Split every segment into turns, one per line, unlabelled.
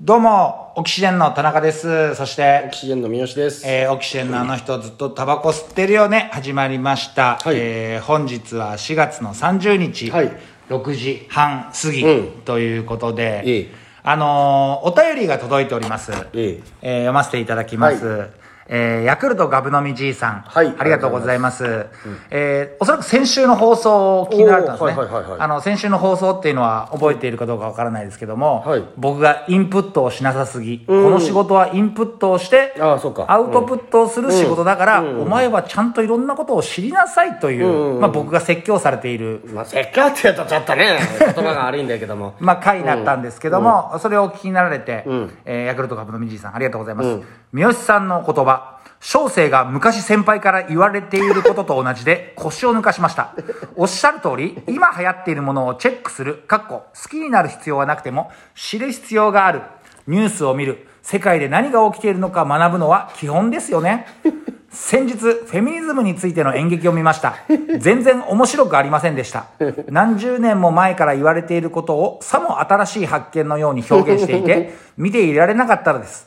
どうも、オキシエンの田中です。そし
オ
て、
キシエンの三好です。
えーオキシエンのあの人ずっとタバコ吸ってるよね、始まりました。
はい
えー本日は4月の30日、
はい
6時半過ぎ、
うん
ということで、
ええ
あのーお便りが届いております。
ええ
えー読ませていただきます。えーヤクルトガブ飲みじいさん、
はい
ありがとうございます、えーおそらく先週の放送を聞きになられたんですね、
おーはいはいはいはい
あの先週の放送っていうのは覚えているかどうかわからないですけども、
はい
僕がインプットをしなさすぎ、この仕事はインプットをして
ああそうか
アウトプットをする仕事だから、お前はちゃんといろんなことを知りなさいという、まあ、僕が説教されている
まあ、せっかくって言うとちょっとね、言葉が悪いんだけども。
まあ、回だったんですけども、それをお聞きになられて、えーヤクルト株のみじいさん、ありがとうございます。三好さんの言葉、小生が昔先輩から言われていることと同じで腰を抜かしました。おっしゃる通り、今流行っているものをチェックする、かっこ、好きになる必要はなくても、知る必要がある、ニュースを見る、世界で何が起きているのか学ぶのは基本ですよね。先日、フェミニズムについての演劇を見ました。全然面白くありませんでした。何十年も前から言われていることをさも新しい発見のように表現していて、見ていられなかったのです。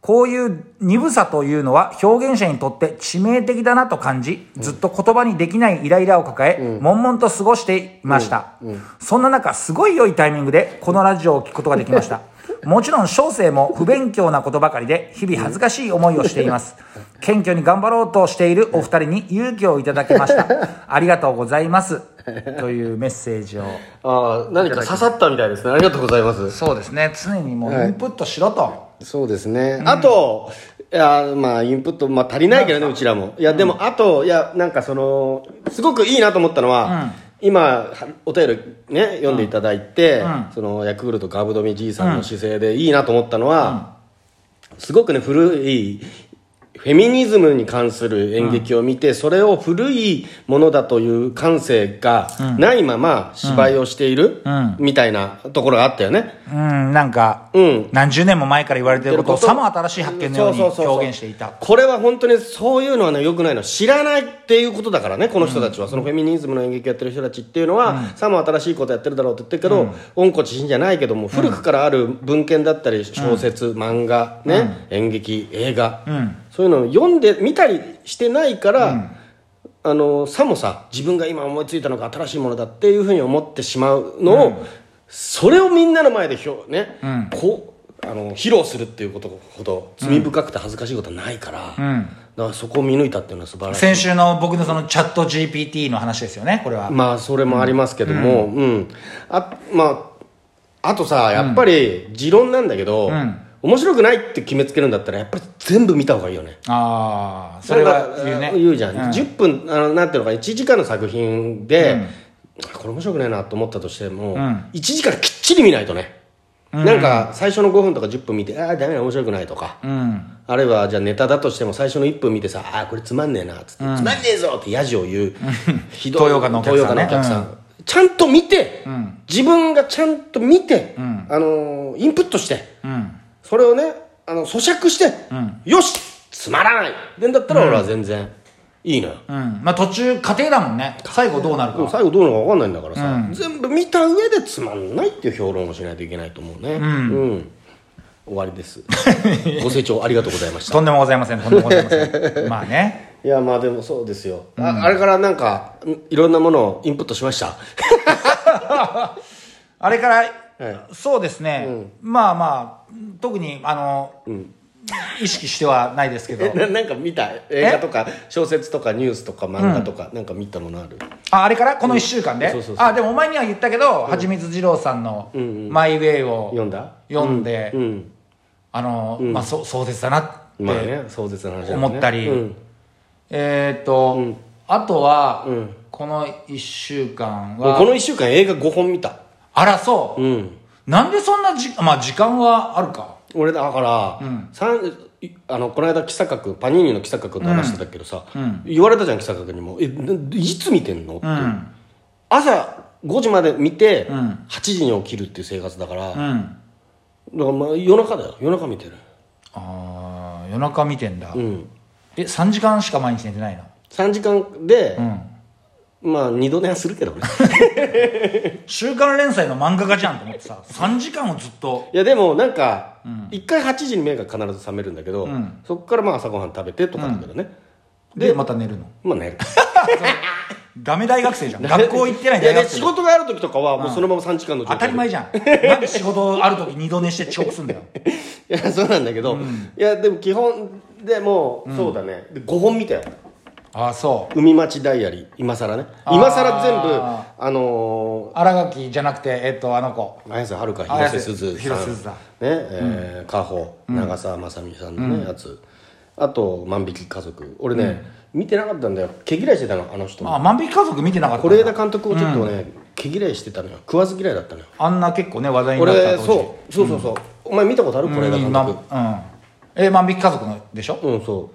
こういう鈍さというのは表現者にとって致命的だなと感じ、ずっと言葉にできないイライラを抱え、悶々と過ごしていました。そんな中、すごい良いタイミングでこのラジオを聞くことができま した。もちろん小生も不勉強なことばかりで日々恥ずかしい思いをしてい ます。謙虚に頑張ろうとしているお二人に勇気をいただきま した。ありがとうござい ます。というメッセージを。
ああ、何か刺さったみたいですね。ありがとうございます。
そうですね。常にもうインプットしろと。
そうですね。あと、いや、まあ、インプット、まあ、足りないけどね、うちらも。いや、でも、あと、いや、なんかその、すごくいいなと思ったのは、今、お便りね、読んでいただいて、その、ヤクルトガブドミじいさんの姿勢でいいなと思ったのは、すごくね、古い、フェミニズムに関する演劇を見て、それを古いものだという感性がないまま芝居をしている、みたいなところがあったよね。
うん、なんか、
うん
何十年も前から言われていることを
言
さ
ってる
も
こと
新しい発見のように
そうそうそうそう
表現していた。
これは本当にそういうのはね、良くないの。知らないっていうことだからね、この人たちは。そのフェミニズムの演劇やってる人たちっていうのは、さも新しいことやってるだろうって言ってるけど、温故知新じゃないけども、古くからある文献だったり、小説、漫画、ね、演劇、映画、そういうのを読んで、見たりしてないから、あのさもさ自分が今思いついたのが新しいものだっていうふうに思ってしまうのを、それをみんなの前でひょ、ねこうあの披露するっていうことほど罪深くて恥ずかしいことはないから、だからそこを見抜いたっていうのは素晴らしい
先週の僕のそのチャット GPT の話ですよね、これは。
まあそれもありますけども、うんあまああとさやっぱり持論なんだけど、面白くないって決めつけるんだったらやっぱり全部見た方がいいよね
ああ、それは言う
なん
ね
か。言うじゃん、10分あのなんていうのか1時間の作品で、これ面白くないなと思ったとしても、1時間きっちり見ないとね、なんか最初の5分とか10分見てああダメだ面白くないとか、
うん。
あるいはじゃあネタだとしても最初の1分見てさああこれつまんねえなっつって、つまんねえぞってヤジを言うひ
東洋館のお客さんね
東洋館のお客さんちゃんと見て、自分がちゃんと見て、あのーインプットして、
うん。
それをねあの咀嚼して、よしつまらないでんだったら俺は全然いいのよ、
うん。まあ途中、過程だもんね。最後どうなる
でも
か。
最後どうなるか分かんないんだからさ、全部見た上でつまんないっていう評論をしないといけないと思うねうん、終わりです ご清聴ありがとうございました
とんでもございません、とんでもございませ ん。まあね。
いやまあでもそうですよ、ああれからなんかんいろんなものをインプットしました
あれから、そうですね。まあまあ、特に、あの、意識してはないですけど。
ななんか見た映画とか小説とかニュースとか漫画とか、なんか見たものある
ああれからこの1週間で、
そうそうそう
あでもお前には言ったけど、はちみつ二郎さんの「マイ・ウェイ」を
読んだ
読んで、
うん
あの、まあそ壮絶だなって
まあね壮絶な話だよね
思ったり、
うん
えーっと、あとは、
ん
この1週間
もうこ
は
の1週間映画5本見た
あらそう、
うん
なんでそんなじ、まあ、時間はあるか
俺だから、さんいあのこの間木坂君パニーニの木坂君と話してたけどさ、言われたじゃん木坂君にも「えないつ見てんの?」って、
ん
朝5時まで見て、8時に起きるっていう生活だから、
う
だか
ん
らまあ夜中だよ夜中見てる
あー夜中見てんだ、
うん
え3時間しか毎日寝てないの
3時間で、まあ二度寝はするけど俺い
週刊連載の漫画家じゃんと思ってさ3時間をずっと
やでもなんか、一回8時に目が必ず覚めるんだけど、そこからまあ朝ごはん食べてとかだけどね、
でまた寝るの
まあ寝る
ダメ大学生じゃん 学校行ってない
や
大学
で
生
仕事がある時とかはもうそのまま3時間の状
当
態
た
で
り前じ ゃんなんで仕事ある時二度寝して遅刻すんだよ
いやそうなんだけど、いやでも基本でもう、そうだねで5本見たよ
ああそう
海町ダイアリー今更ね
あー
今更全部あの
新垣じゃなくてえっとあの子
ー綾瀬はるか
綾
広瀬
瀬
すずさん
広瀬すずさん
ねえー花穂、長澤まさみさんのね、やつあと「万引き家族」俺ね、見てなかったんだよ毛嫌いしてたのあの人
あ万引き家族見てなかったん
是
だ
枝監督をちょっとね、毛嫌いしてたのよ食わず嫌いだったのよ
あんな結構ね話題になった
俺
当時
そうそうそうそう、お前見たことある是枝
う
監
ん
督
なうんえ万引き家族のでしょ
うんそ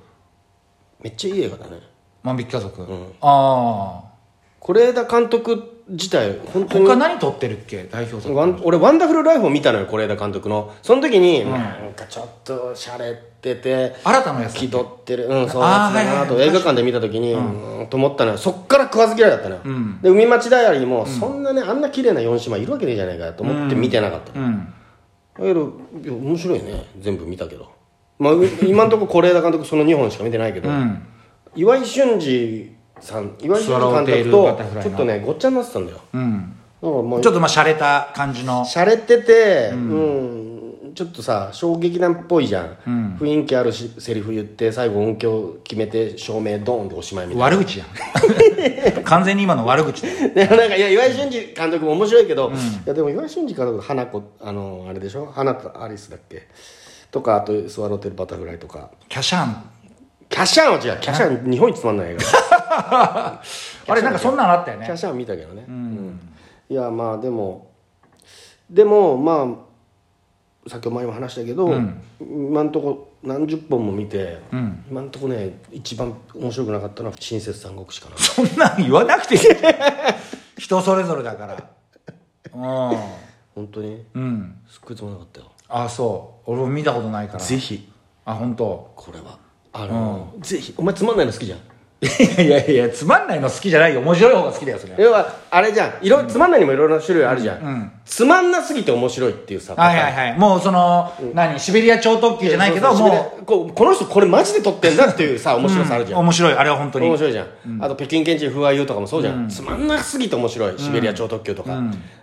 うめっちゃいい映画だね
万引き家族、ああ
是枝監督自体本当に
他何撮ってるっけ代表作
ワン俺「ワンダフルライフ」を見たのよ是枝監督のその時に、なんかちょっと洒落てて
新たなやつ
気取ってるうんそう
あー
やつだなと
はいはい
映画館で見た時に、うーんと思ったのよそっから食わず嫌いだったのよ、で海町ダイアリーも、そんなねあんな綺麗な4姉妹いるわけねえじゃないかと思って見てなかったの、
うん
だけどいや面白いね全部見たけど、まあ、う 今のところ是枝監督その2本しか見てないけど、
ん
岩井俊二さん岩井俊二監督
スワローテールバタフ
と
ライ
ち
の
ょっとねごっちゃになってたんだよ、
うん
だからもう
ちょっとまあ洒落た感じの
洒落てて、うんちょっとさ衝撃弾っぽいじゃん、雰囲気あるしセリフ言って最後音響決めて照明ドーンでおしまいみたいな
悪口や ん完全に今の悪口だよ
ね なんかいや岩井俊二監督も面白いけど、いやでも岩井俊二監督花子あのあれでしょ花とアリスだっけとかあとスワローテルバタフライとか
キャシャン
キャシャンは違うキャシャン日本一つまんない映画
あれなんかそんなのあったよ
キ
ね
ャシャン見たけどね、うんいやまあでもでもまあさっきお前も話したけど、今んとこ何十本も見て、今んとこね一番面白くなかったのは「新設三国志」かな
そんなん言わなくていい人それぞれだ からうん
本当に
うん
すっごいつまんなかったよ
あそう俺も見たことないから
ぜひ
あ本当。
これはあの、ぜひお前つまんないの好きじゃん
いやいやいやつまんないの好きじゃないよ面白い方が好きだよそれは
要はあれじゃんいろ、つまんないにもいろいろな種類あるじゃん、つまんなすぎて面白いっていうさ
はいはいはいもうその、何シベリア超特急じゃないけど
そうそう
も
こうこの人これマジで撮ってんだっていうさ面白さあるじ
う
ゃん、
面白いあれは本当に
面白いじゃん、あと北京現地風合いとかもそうじゃん、つまんなすぎて面白いシベリア超特急とか、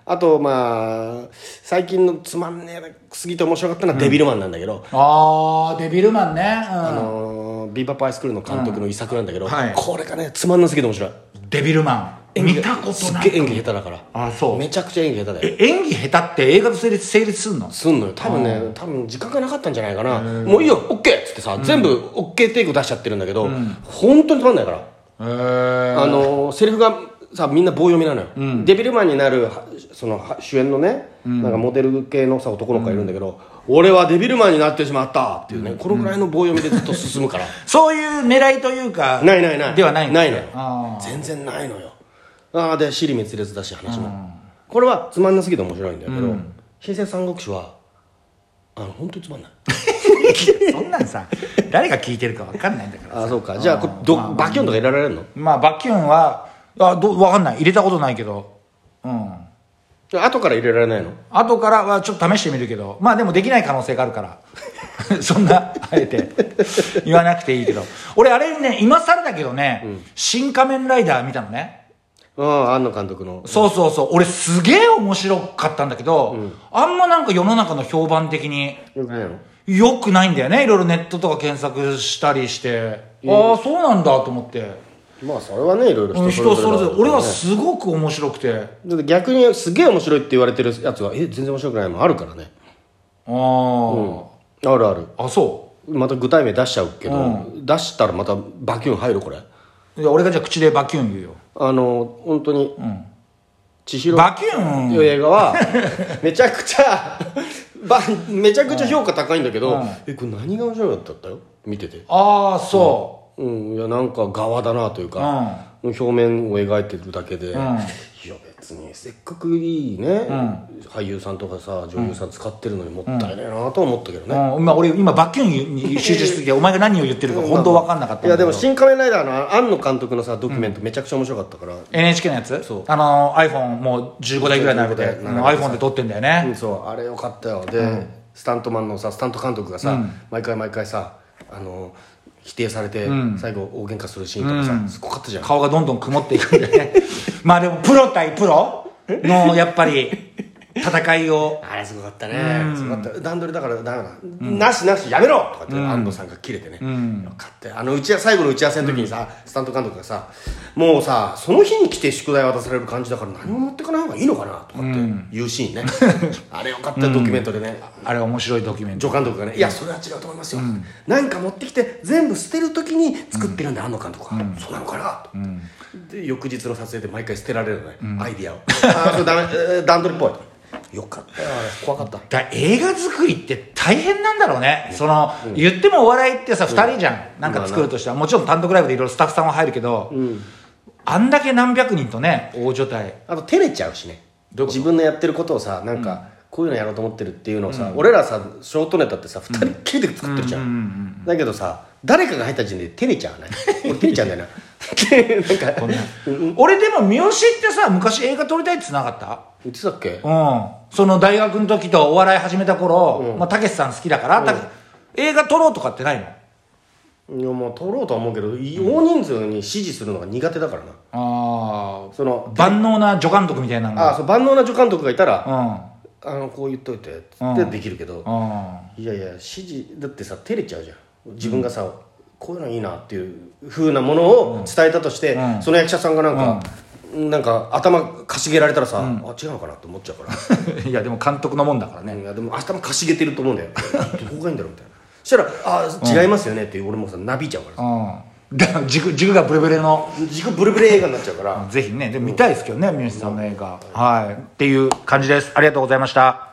あとまあ最近のつまんねえすぎて面白かったのはデビルマンなんだけど、
ああデビルマンね、うん
あのービーバップアイスクールの監督の遺作なんだけど、
うんはい
これがねつまんなすぎて面白い
デビルマン見たこ
す
と
っ
な
げ
い
え演技下手だから
あそう
めちゃくちゃ演技下手だよ
え演技下手って映画と成立成立すんの
すんのよ多分ね、多分時間がなかったんじゃないかな、もういいよ OK っつってさ、全部 OK テイク出しちゃってるんだけど、本当につまんないから
へえ
あのセリフがさみんな棒読みなのよ、デビルマンになるはそのは主演のね、なんかモデル系のさ男の子がいるんだけど、俺はデビルマンになってしまったっていうね、このぐらいの棒読みでずっと進むから、
そういう狙いというか
ないないない
ではないんだ
ないのよ
あ
全然ないのよああで尻滅裂だし話も、これはつまんなすぎて面白いんだけど、新生三国志はあの本当につまんない
ーそんなん さ誰が聞いてるか分かんないんだから
あそうかじゃあこど、バキュンとか入れられるの
まあバキュンはあどう分かんない入れたことないけどうん
後から入れられないの
後からはちょっと試してみるけどまあでもできない可能性があるから そんなあえて言わなくていいけど俺あれね今更だけどね「新仮面ライダー」見たのね
うん庵野監督の
そうそうそう俺すげえ面白かったんだけど、あんまなんか世の中の評判的に
よくないの
良くないんだよねいろいろネットとか検索したりして、ああそうなんだと思って
まあそれはねいろいろ
うん人それぞれ俺はすごく面白くて
だって逆にすげえ面白いって言われてるやつはえ全然面白くないもあるからね
あー、
あるある
あそう
また具体名出しちゃうけど、出したらまたバキュン入るこれ
いや俺がじゃあ口でバキュン言うよ
あの本当に、千尋っ
バキ
て
ュ
い
ン
う映 画はめちゃくちゃ ばめちゃくちゃ評価高いんだけど、えこれ何が面白いんだったよ見てて
ああそ
うんいやなんか側だなというか、表面を描いてるだけで、いや別にせっかくいいね、俳優さんとかさ女優さん使ってるのにもったいないなとは思ったけ
う、
ど
うん
ね、
今俺今バキュンに集中しすぎてお前が何を言ってるか本当分かんなかったんだけど
いやでも「新仮面ライダー」の庵野監督のさドキュメントめちゃくちゃ面白かったから、
NHK のやつあの iPhone もう15台ぐらい並べて
15台並べ
う
て
ん iPhone で撮ってんだよね
そうあれよかったよで、スタントマンのさスタント監督がさ、毎回毎回さあの否定されて、最後大喧嘩するシーンとかさ、すごかったじゃん
顔がどんどん曇っていくんで ねまあでもプロ対プロのやっぱり戦いを
あれすごかったね、すごかった段取りだからだから、なしなしやめろとかって安藤さんが切れてね、よかったよあの打ち合わせ最後の打ち合わせの時にさ、スタント監督がさもうさその日に来て宿題渡される感じだから何も持ってかない方がいいのかなとかっていうシーンね、 あれよかったよドキュメントでね、
あれ面白いドキュメント
助監督がね「いやそれは違うと思いますよ」なんか持ってきて全部捨てる時に作ってるんだ、安藤監督は、そうなのかなと、で翌日の撮影で毎回捨てられるのね、アイディアをああそれダメえー段取りっぽいよかったよあれ怖かった
だ映画作りって大変なんだろうね、その、言ってもお笑いってさ2人じゃん、なんか作るとしたらもちろん単独ライブでいろいろスタッフさんは入るけど、あんだけ何百人とね大所帯
あと照れちゃうしね自分のやってることをさなんか、こういうのやろうと思ってるっていうのをさ、俺らさショートネタってさ二人っきりで作ってるじゃん,、だけどさ誰かが入った時点で照れちゃうね 俺照れちゃうんだよ ななんか
俺でも三好ってさ昔映画撮りたいってつながった
言ってたっけ
うんその大学の時とお笑い始めた頃まあたけしさん好きだから、たけ映画撮ろうとかってないの
いやもう撮ろうとは思うけどい大人数に指示するのが苦手だからな
あ
その
あ万能な助監督みたいなの
あ
が
あそう万能な助監督がいたら
う
「あのこう言っといて」ってできるけど
んうん
いやいや指示だってさ照れちゃうじゃん自分がさ、こういうのいいなっていうふうなものを伝えたとして、その役者さんがなんか、なんか頭かしげられたらさ、あ違うのかなって思っちゃうから
いやでも監督のもんだからね
いやでも頭かしげてると思うんだよどこがいいんだろうみたいなそしたら「あ違いますよね」って俺もさなびいちゃうからさ
うんだ軸軸がブレブレの
軸ブルブル映画になっちゃうから
ぜひねでも見たいですけどね三好さんの映画はいっていう感じですありがとうございました